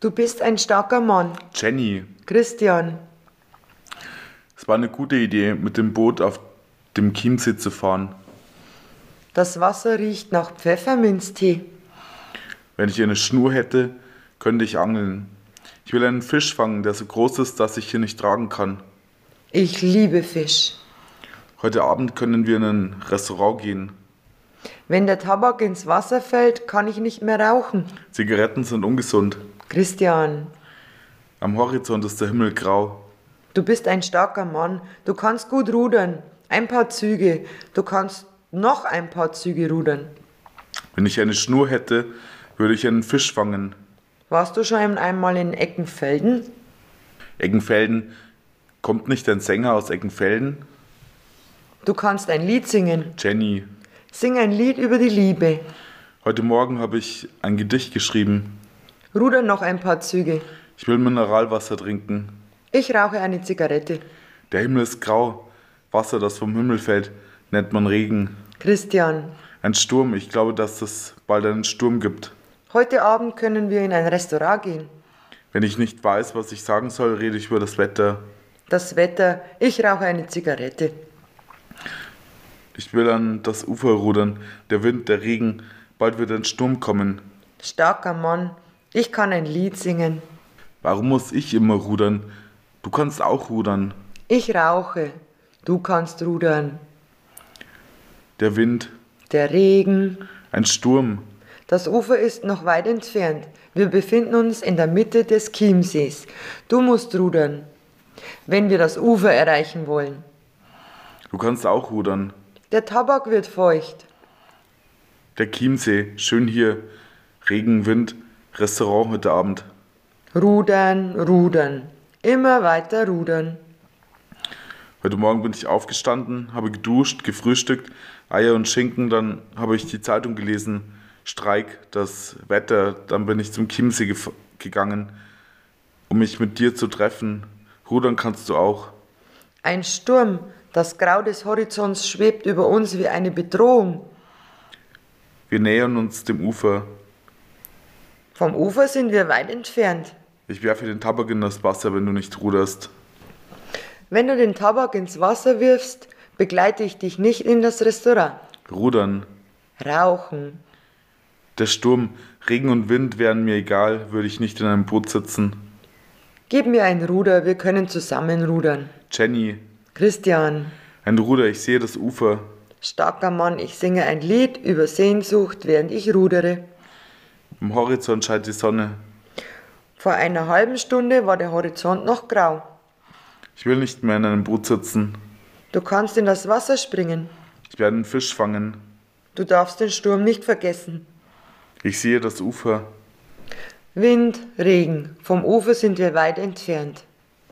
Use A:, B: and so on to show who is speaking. A: Du bist ein starker Mann.
B: Jenny,
A: Christian,
B: es war eine gute Idee, mit dem Boot auf dem Chiemsee zu fahren.
A: das Wasser riecht nach Pfefferminztee.
B: Wenn ich eine Schnur hätte, könnte ich angeln. Ich will einen Fisch fangen, der so groß ist, dass ich ihn nicht tragen kann.
A: Ich liebe Fisch.
B: Heute Abend können wir in ein Restaurant gehen.
A: Wenn der Tabak ins Wasser fällt, kann ich nicht mehr rauchen.
B: Zigaretten sind ungesund.
A: Christian,
B: Am Horizont ist der Himmel grau.
A: du bist ein starker Mann. Du kannst gut rudern. Ein paar Züge. Du kannst noch ein paar Züge rudern.
B: Wenn ich eine Schnur hätte, würde ich einen Fisch fangen.
A: Warst du schon einmal in Eckenfelden?
B: Eggenfelden. Kommt nicht ein Sänger aus Eggenfelden?
A: Du kannst ein Lied singen.
B: Jenny.
A: Sing ein Lied über die Liebe.
B: Heute Morgen habe ich ein Gedicht geschrieben.
A: Ruder noch ein paar Züge.
B: Ich will Mineralwasser trinken.
A: Ich rauche eine Zigarette.
B: Der Himmel ist grau. Wasser, das vom Himmel fällt, nennt man Regen.
A: Christian,
B: Ein Sturm. Ich glaube, dass es bald einen Sturm gibt.
A: heute Abend können wir in ein Restaurant gehen.
B: Wenn ich nicht weiß, was ich sagen soll, rede ich über das Wetter.
A: Das Wetter, ich rauche eine Zigarette.
B: Ich will an das Ufer rudern. Der Wind, der Regen. Bald wird ein Sturm kommen.
A: Starker Mann, ich kann ein Lied singen.
B: Warum muss ich immer rudern? Du kannst auch rudern.
A: Ich rauche, du kannst rudern.
B: Der Wind,
A: Der Regen,
B: ein Sturm.
A: das Ufer ist noch weit entfernt. Wir befinden uns in der Mitte des Chiemsees. Du musst rudern, wenn wir das Ufer erreichen wollen.
B: Du kannst auch rudern.
A: Der Tabak wird feucht.
B: Der Chiemsee, schön hier. Regen, Wind, Restaurant heute Abend.
A: Rudern, rudern, immer weiter rudern.
B: Heute Morgen bin ich aufgestanden, habe geduscht, gefrühstückt, Eier und Schinken, dann habe ich die Zeitung gelesen, Streik, das Wetter, dann bin ich zum Chiemsee gef- gegangen, um mich mit dir zu treffen. Rudern kannst du auch.
A: Ein Sturm, das Grau des Horizonts schwebt über uns wie eine Bedrohung.
B: Wir nähern uns dem Ufer.
A: Vom Ufer sind wir weit entfernt.
B: Ich werfe den Tabak in das Wasser, wenn du nicht ruderst.
A: Wenn du den Tabak ins Wasser wirfst, begleite ich dich nicht in das Restaurant.
B: Rudern.
A: Rauchen.
B: Der Sturm, Regen und Wind wären mir egal, würde ich nicht in einem Boot sitzen.
A: Gib mir ein Ruder, wir können zusammen rudern.
B: Jenny,
A: Christian,
B: ein Ruder, ich sehe das Ufer.
A: starker Mann, ich singe ein Lied über Sehnsucht, während ich rudere.
B: Am Horizont scheint die Sonne.
A: Vor einer halben Stunde war der Horizont noch grau.
B: Ich will nicht mehr in einem Boot sitzen.
A: Du kannst in das Wasser springen.
B: Ich werde einen Fisch fangen.
A: Du darfst den Sturm nicht vergessen.
B: Ich sehe das Ufer.
A: Wind, Regen, vom Ufer sind wir weit entfernt.